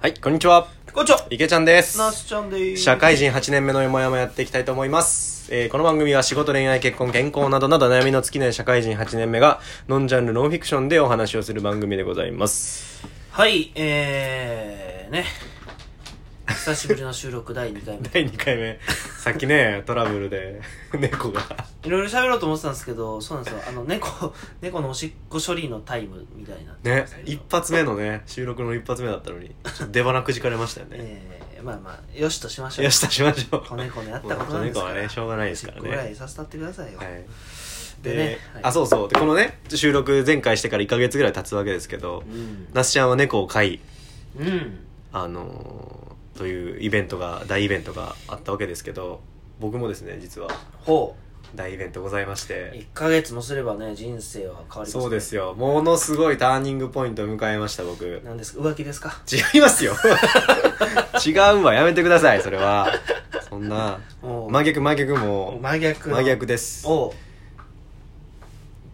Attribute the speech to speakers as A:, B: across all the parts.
A: はい、こんにちは。
B: こんにちは
A: 池ちゃんです。
B: ナスちゃんでーす
A: 社会人8年目のよもやもやっていきたいと思います。えーこの番組は仕事、恋愛、結婚、健康などなど悩みの尽きない社会人8年目が、ノンジャンル、ノンフィクションでお話をする番組でございます。
B: はいえーね久しぶりの収録第2回目
A: 第2回目、さっきね、トラブルで、猫が。
B: いろいろ喋ろうと思ってたんですけどそうなんですよあの猫猫のおしっこ処理のタイムみたいになって
A: ね
B: ました、けど
A: 一発目のね、収録の一発目だったのに、ちょっと出鼻くじかれましたよね。
B: えー、まあまあよしとしましょう
A: よし、出しましょう。
B: 子猫のやったことなんですから
A: 子猫はね、しょうがないですから
B: おしっこぐら
A: ね
B: い。させたってくださいよ、
A: はい。で
B: でねはい
A: あそうそうでこのね収録前回してから1か月ぐらい経つわけですけど、
B: うん
A: 那須ちゃんは猫を飼い
B: うん
A: あのーというイベントが大イベントがあったわけですけど僕もですね実は
B: ほ
A: 大イベントございまし
B: う
A: て
B: 1ヶ月もすればね人生は変わります、
A: そうですよものすごいターニングポイントを迎えました僕
B: なんですか浮気ですか
A: 違いますよ 違うわやめてくださいそれはそんな
B: もう
A: 真逆真逆もう
B: 真逆の
A: 真逆です
B: おう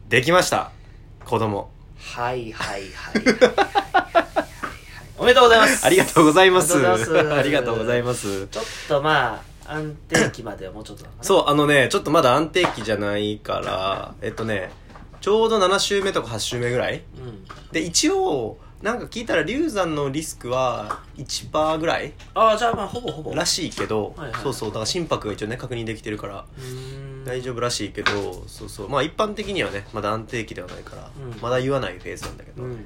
A: できました子供
B: はいはいはいはいはいはいはいおめでとうございます
A: ありがとうございます
B: ありがとうございま す
A: ありがとうございます
B: ちょっとまあ安定期まではもうちょっとなのかな
A: そう、あのね、ちょっとまだ安定期じゃないから、えっとね、ちょうど7週目とか8週目ぐらい
B: うん
A: で、一応、なんか聞いたら流産のリスクは1%ぐらい
B: ああじゃあまあほぼほぼ
A: らしいけど、
B: はいはい
A: そうそう、だから心拍が一応ね、確認できてるから、
B: うーん
A: 大丈夫らしいけど、そうそう、まあ一般的にはね、まだ安定期ではないから、
B: うん
A: まだ言わないフェーズなんだけど、
B: うんうんうん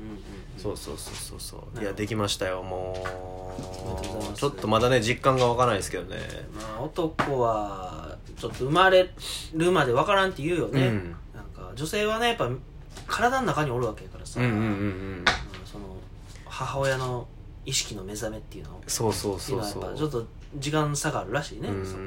A: そうそうそうそうそうい
B: なる
A: や
B: ほど
A: できましたよも
B: おめでとうございま
A: う
B: す
A: ちょっとまだね実感がわかないですけどね
B: まあ男はちょっと生まれるまでわからんって言うよね、
A: うん
B: なんか女性はねやっぱ体の中におるわけやからさ、
A: うんうんうんう
B: うん
A: ん
B: その母親の意識の目覚めっていうの
A: そうそう
B: ってい
A: そうう
B: のはや
A: そ
B: っ
A: う
B: ぱちょっと時間差があるらしいね
A: うん
B: そこは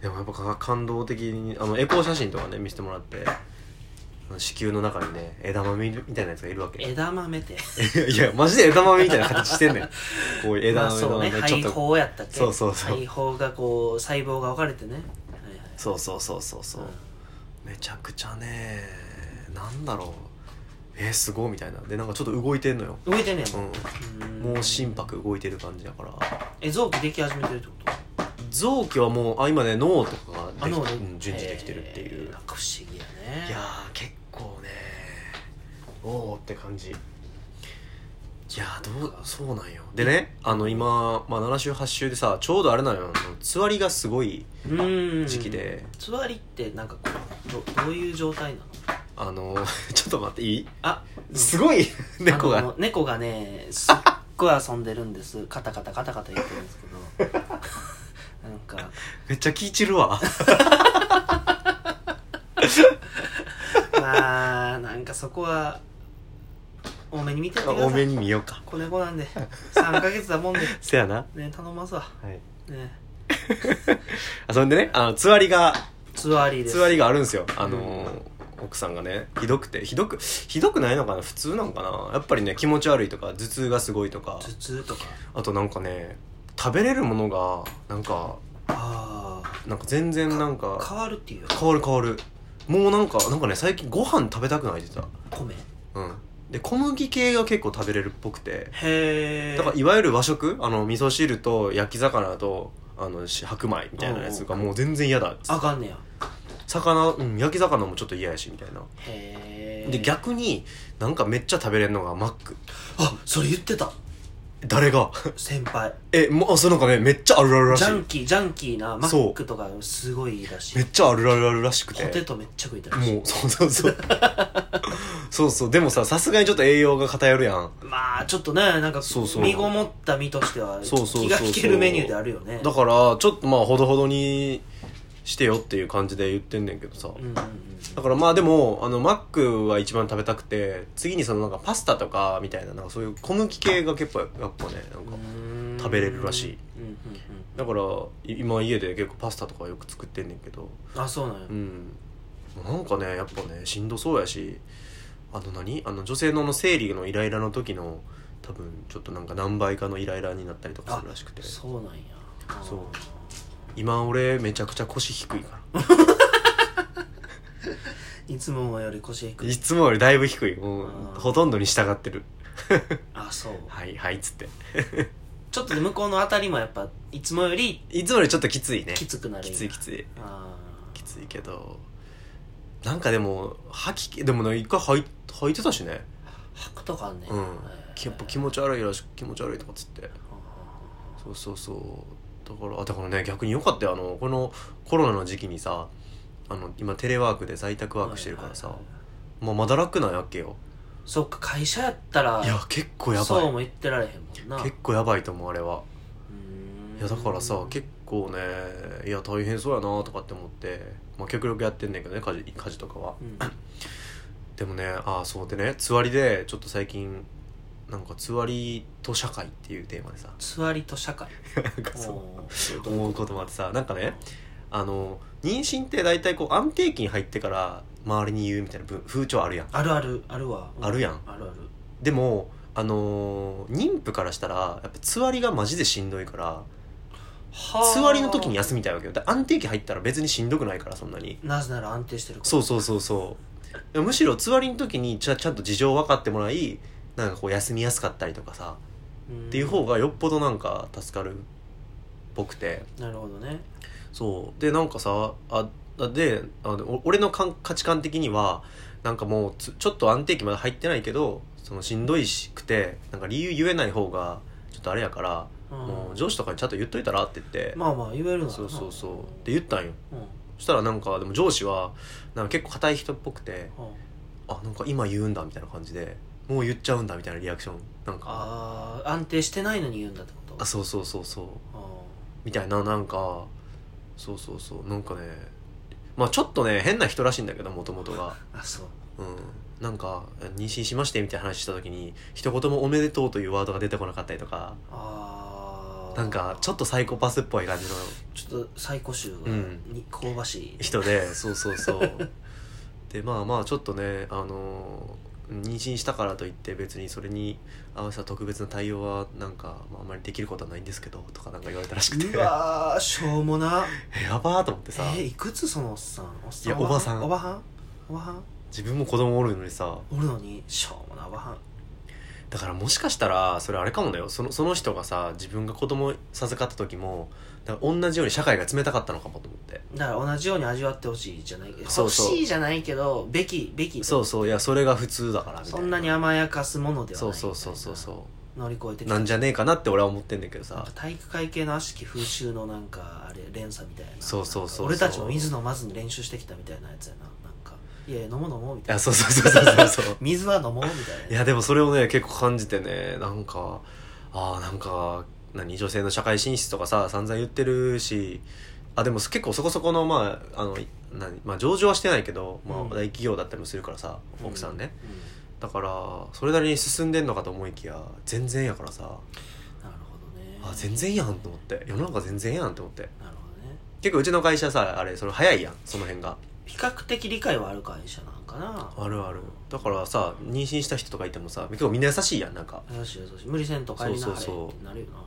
A: でもやっぱか感動的にあのエコー写真とかね見せてもらってあの子宮の中にね枝豆みたいなやつがいるわけ
B: 枝豆って
A: いやマジで枝豆みたいな形してんねん こういう枝
B: まあ
A: 豆
B: そ
A: の
B: うね
A: ちょっ
B: 肺
A: と
B: 胞やったっけ
A: そうそうそう
B: 肺胞がこう細胞が分かれてね、はいはい、
A: そうそうそうそうそう
B: うん
A: めちゃくちゃねなんだろうえー、すごいみたいなでなんかちょっと動いてんのよ
B: 動いてんねやも
A: う
B: うーん
A: んもう心拍動いてる感じだから
B: え臓器でき始めてるってこと
A: 臓器はもうあ今ね脳とかが
B: あ
A: でき
B: の、
A: うん順次できてるっていう
B: えーなんか不思議やね
A: いやー結構ねおおって感じいやーどうそうなんよでねあの今、まあ、7週8週でさちょうどあれなんよあのつわりがすごいう
B: ーん
A: 時期で
B: つわりってなんかこうどどういう状態なの
A: あの ちょっと待っていい
B: あうん
A: すごい 猫が
B: あの猫がねすっごい遊んでるんですカタカタカタカタ言ってるんです けどなんか
A: めっちゃ聞い散るわ
B: まあなんかそこは多めに見てってください
A: 多めに見ようか
B: 子猫なんで3ヶ月だもんで
A: せやな
B: ね頼ますわ
A: はい
B: ね
A: あそんでねあのつわりが
B: つわりです
A: つわりがあるんですよあのー奥さんがねひどくてひどくひどくないのかな普通なのかなやっぱりね気持ち悪いとか頭痛がすごいとか
B: 頭痛とか
A: あとなんかね食べれるものがなんか
B: あ
A: なんか全然なん
B: あ
A: か
B: 変わるっていうよ
A: 変わる変わるもうなんかなんかね最近ご飯食べたくないって言って
B: 米へ
A: たうんで小麦系が結構食べれるっぽくて
B: え
A: だからいわゆる和食あの味噌汁と焼き魚とあのし白米みたいなやつがもう全然嫌だっつ
B: あかんねや
A: 魚、うん、焼き魚もちょっと嫌やしみたいな
B: へえ
A: で逆になんかめっちゃ食べれるのがマック
B: あそれ言ってた
A: 誰が
B: 先輩
A: えもうあそうなんかねめっちゃあるあるらし
B: ジャ
A: い
B: ンキージャンキーなマ
A: そう
B: ックとかすごいいいらし
A: め
B: い
A: っちゃあるあるあるらしくて
B: ポテトめっちゃ食いたらしい
A: もう そうそうそうそうそうでもささすがにちょっと栄養が偏るやん
B: まあちょっとねなんか
A: そうそう
B: 身ごもった身としては
A: そうそうそうそう
B: 気が利けるメニューであるよね
A: だからちょっとまあほどほどにしてよっていう感じで言ってんねんけどさ、
B: うんうんうん
A: だからまあでもあのマックは一番食べたくて次にそのなんかパスタとかみたいななんかそういう小麦系が結構やっぱねなんか
B: うん
A: 食べれるらしい
B: うんうんうん
A: だからい今家で結構パスタとかよく作ってんねんけど
B: あそうなんや
A: うんなんかねやっぱねしんどそうやしあの何あの女性のあの生理のイライラの時の多分ちょっとなんか何倍かのイライラになったりとかするらしくて
B: そうなんや
A: そう
B: あ
A: 今俺めちゃくちゃ腰低いか
B: ーいつもより腰低
A: ら
B: い
A: いつもよりだいぶ低いもう
B: あー
A: ほとんどに従ってる
B: あそう
A: はいはいっつって
B: ちょっと向こうのあたりもやっぱいつもより
A: いつもよりちょっときついね
B: きつくなる
A: きついきつい
B: あー
A: きついけどなんかでも吐きでもね一回吐い吐いてたしね
B: 吐くとかあんね
A: うん
B: えー
A: やっぱ気持ち悪いらしく気持ち悪いとかっつって
B: あ
A: そ
B: ー
A: うそうそうだからあだからね逆によかったよあのこのコロナの時期にさあの今テレワークで在宅ワークしてるからさ、
B: はいはいはい
A: まあ、まだ楽なんやっけよ
B: そっか会社やったら
A: いや結構やば
B: そう
A: い
B: も言ってられへんもんな
A: 結構やばいと思うあれは
B: うーん
A: いやだからさ結構ねいや大変そうやなとかって思って、まあ、極力やってんねんけどね家事家事とかは
B: うん
A: でもねああそうでねつわりでちょっと最近なんかつわりと社会っていうテーマでさ
B: つわりと社会
A: なんかそう
B: おー
A: 思うこともあってさなんかねあの妊娠って大体こう安定期に入ってから周りに言うみたいな文風潮あるやん
B: あるあるあるわ
A: あるやん
B: あるある
A: でもあのー妊婦からしたらやっぱつわりがマジでしんどいからつわりの時に休みたいわけよだから安定期入ったら別にしんどくないからそんなに
B: なぜなら安定してるから
A: そうそうそうそうむしろつわりの時にちゃちゃんと事情分かってもらいなんかこう休みやすかったりとかさ
B: うん
A: っていう方がよっぽどなんか助かるっぽくて
B: なるほどね
A: そうでなんかさああであのお俺のかん価値観的にはなんかもうつちょっと安定期まだ入ってないけどそのしんどいしくてなんか理由言えない方がちょっとあれやから、
B: うん
A: もう上司とかにちゃんと言っといたらって言って、
B: まあまあ言えるならな
A: そうそうそうって言ったんよ
B: うんうん
A: そしたらなんかでも上司はなんか結構硬い人っぽくてあなんか今言うんだみたいな感じでもう言っちゃうんだみたいなリアクションなんか
B: ああ安定してないのに言うんだってこと
A: あそうそうそうそう
B: あ
A: みたいななんかそうそうそうなんかねまあちょっとね変な人らしいんだけどもともとが、
B: ーあそう
A: うん、なんか「妊娠しまして」みたいな話した時に一言も「おめでとう」というワードが出てこなかったりとか
B: ああ
A: なんかちょっと
B: と
A: サイコパスっぽい感じの
B: ちょっと最高臭が
A: うん
B: に香ばし い
A: 人でそうそうそうでまあまあちょっとねあの妊娠したからといって別にそれに合わせた特別な対応はなんか、まあ、あんまりできることはないんですけどとかなんか言われたらしくて
B: う
A: や
B: わーしょうもな
A: ばーと思って
B: え
A: さ
B: ーいくつそのおっさんおっさん
A: いやおばさん
B: おばはんおばはん
A: 自分も子供おるのにさ
B: おるのにしょうもなおばはん
A: だからもしかしたらそれあれかもだよそのその人がさ自分が子供授かった時もだから同じように社会が冷たかったのかもと思って
B: だから同じように味わってほしいじゃない
A: そうそう
B: 欲しいじゃないけどべきべき
A: そうそういやそれが普通だからみたいな
B: そんなに甘やかすものではな
A: そ
B: い
A: うそうそうそうそ
B: 乗り越えて
A: う
B: きた
A: なんじゃねえかなって俺は思ってんだけど
B: なん
A: さ
B: か体育会系の悪しき風習のなんかあれ連鎖みたいな
A: そうそうそうそう
B: なんか俺たちも水飲まずに練習してきたみたいなやつやななんかいやいや飲もう飲もうみ
A: い
B: たい
A: や
B: な
A: そうそうそうそうそうそう
B: 水は飲もうみたい
A: い
B: な
A: やでもそれをね結構感じてねなんかああなんか何女性の社会進出とかさ散々言ってるしあでも結構そこそこのまああの何、まあ、上場はしてないけど、まあ、
B: うん
A: 大企業だったりもするからさ、奥さんね、
B: う
A: だからそれなりに進んでんのかと思いきや全然やからさ
B: んなるほどね
A: あ全然やんと思って世の中全然やんと思って
B: なるほどね
A: 結構うちの会社さあれそれ早いやんその辺が
B: 比較的理解はある会社なんかな
A: あるあるだからさ妊娠した人とかいてもさ結構みんな優しいやんなんか
B: よしよし無理せんと帰りな
A: そ
B: はれっ
A: う
B: て
A: そうそう
B: なるよな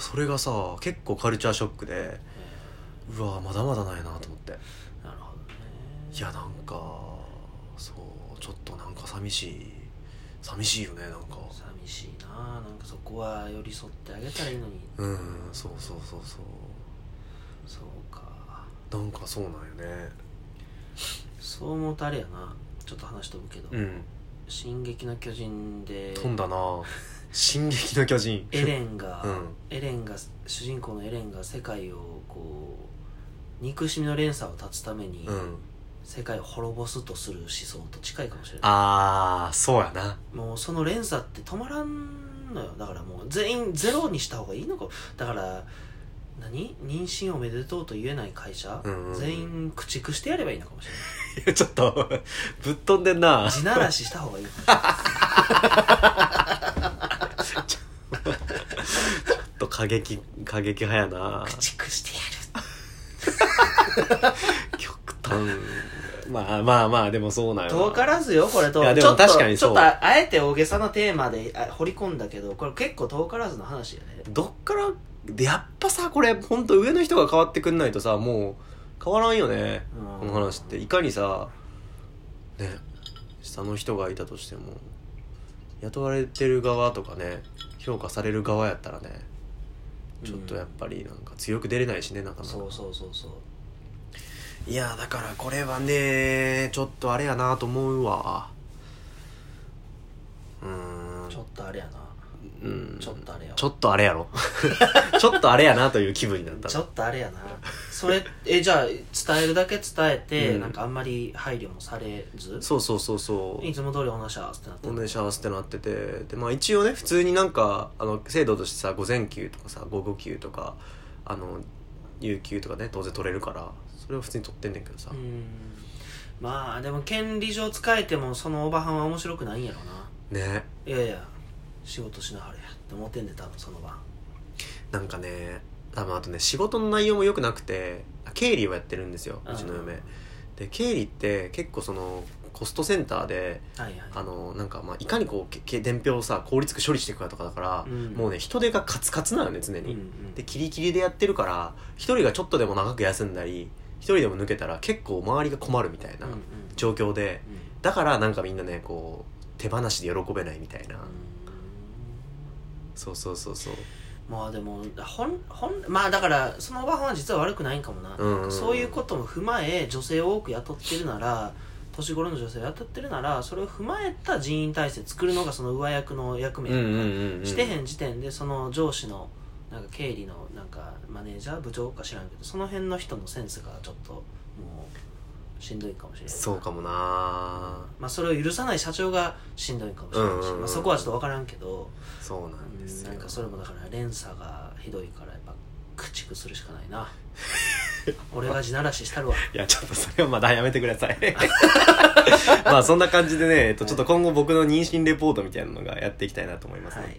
A: それがさ結構カルチャーショックで
B: うんえ
A: うわまだまだないなと思って
B: ーなるほどね
A: いやなんかそうちょっとなんか寂しい寂しいよねなんか
B: 寂しいななんかそこは寄り添ってあげたらいいのに
A: うんそうそうそうそう
B: そうか
A: なんかそうなんよね
B: そう思うとあれやなちょっと話飛ぶけど、
A: うん
B: 進撃の巨人」で
A: 飛んだな「進撃の巨人」
B: エレンが、
A: うん
B: エレンが主人公のエレンが世界をこう憎しみの連鎖を断つために、
A: うん
B: 世界を滅ぼすとする思想と近いかもしれない
A: ああそうやな
B: もうその連鎖って止まらんのよだからもう全員ゼロにした方がいいのかだから何妊娠おめでとうと言えない会社、
A: うんうんうん
B: 全員駆逐してやればいいのかもしれない
A: いやちょっとぶっ飛んでんな
B: 地ならしした方 がいい
A: ちょっと過激過激派やな
B: 駆逐してやる
A: 極端まあまあまあでもそうなんやな
B: 遠からずよこれと
A: いやで
B: ち
A: も
B: ょっと
A: 確かに
B: ち
A: そ
B: ょ
A: う
B: っとああえて大げさなテーマであ掘り込んだけどこれ結構遠からずの話やね
A: どっからでやっぱさこれほんと上の人が変わってくんないとさもう変わらんよねこの話っていかにさね下の人がいたとしても雇われてる側とかね評価される側やったらねちょっとやっぱりなんか強く出れないしねなかなか
B: そうそうそうそう
A: いやだからこれはねちょっとあれやなと思うわうーん
B: ちょっとあれやな
A: うん
B: ちょっとあれやわ
A: ちょっとあれやろ ちょっとあれやなという気分になった
B: ちょっとあれやなそれえじゃあ伝えるだけ伝えて、
A: うん
B: なんかあんまり配慮もされず
A: そうそうそうそう
B: いつも通りおなしゃーってなって
A: おねし合わせってなっててで、まあ、一応ね普通になんかあの制度としてさ午前休とかさ午後休とかあの有給とかね当然取れるからそれを普通に取ってんねんけどさ、
B: うんまあでも権利上使えてもそのおばはんは面白くないんやろな
A: ね
B: いやいや仕事しなはれやって思ってんで多分その晩
A: なんかね多分あとね仕事の内容も良くなくてあ経理をやってるんですよ
B: うん
A: うちの嫁、で経理って結構そのコストセンターで
B: はいはい
A: あのなんかまあいかにこうけけ伝票をさ効率よく処理していくかとかだから、
B: うん
A: もうね人手がカツカツなのね常
B: うんう
A: に、
B: ん
A: でキリキリでやってるから一人がちょっとでも長く休んだり一人でも抜けたら結構周りが困るみたいな
B: うんうん
A: 状況で
B: うん
A: だからなんかみんなねこう手放しで喜べないみたいなそうそうそうそう
B: まあでもほんほんまあだからそのおばはんは実は悪くないんかもな、
A: うんうん
B: そういうことも踏まえ女性を多く雇ってるなら年頃の女性を雇ってるならそれを踏まえた人員体制作るのがその上役の役目
A: うんうんうんうん
B: してへん時点でその上司のなんか経理のなんかマネージャー部長か知らんけどその辺の人のセンスがちょっともうしんどいかもしれない
A: そうかもな
B: まあそれを許さない社長がしんどいかもしれない
A: う
B: し、
A: んうんうん
B: まあ、そこはちょっと分からんけど
A: そうなんです
B: な
A: よ
B: んかそれもだから連鎖がひどいからやっぱ駆逐するしかないな俺が地ならししたるわ
A: いやちょっとそれはまだやめてください まあそんな感じでね、えっと、ちょっと今後僕の妊娠レポートみたいなのがやっていきたいなと思います
B: は
A: ね、
B: い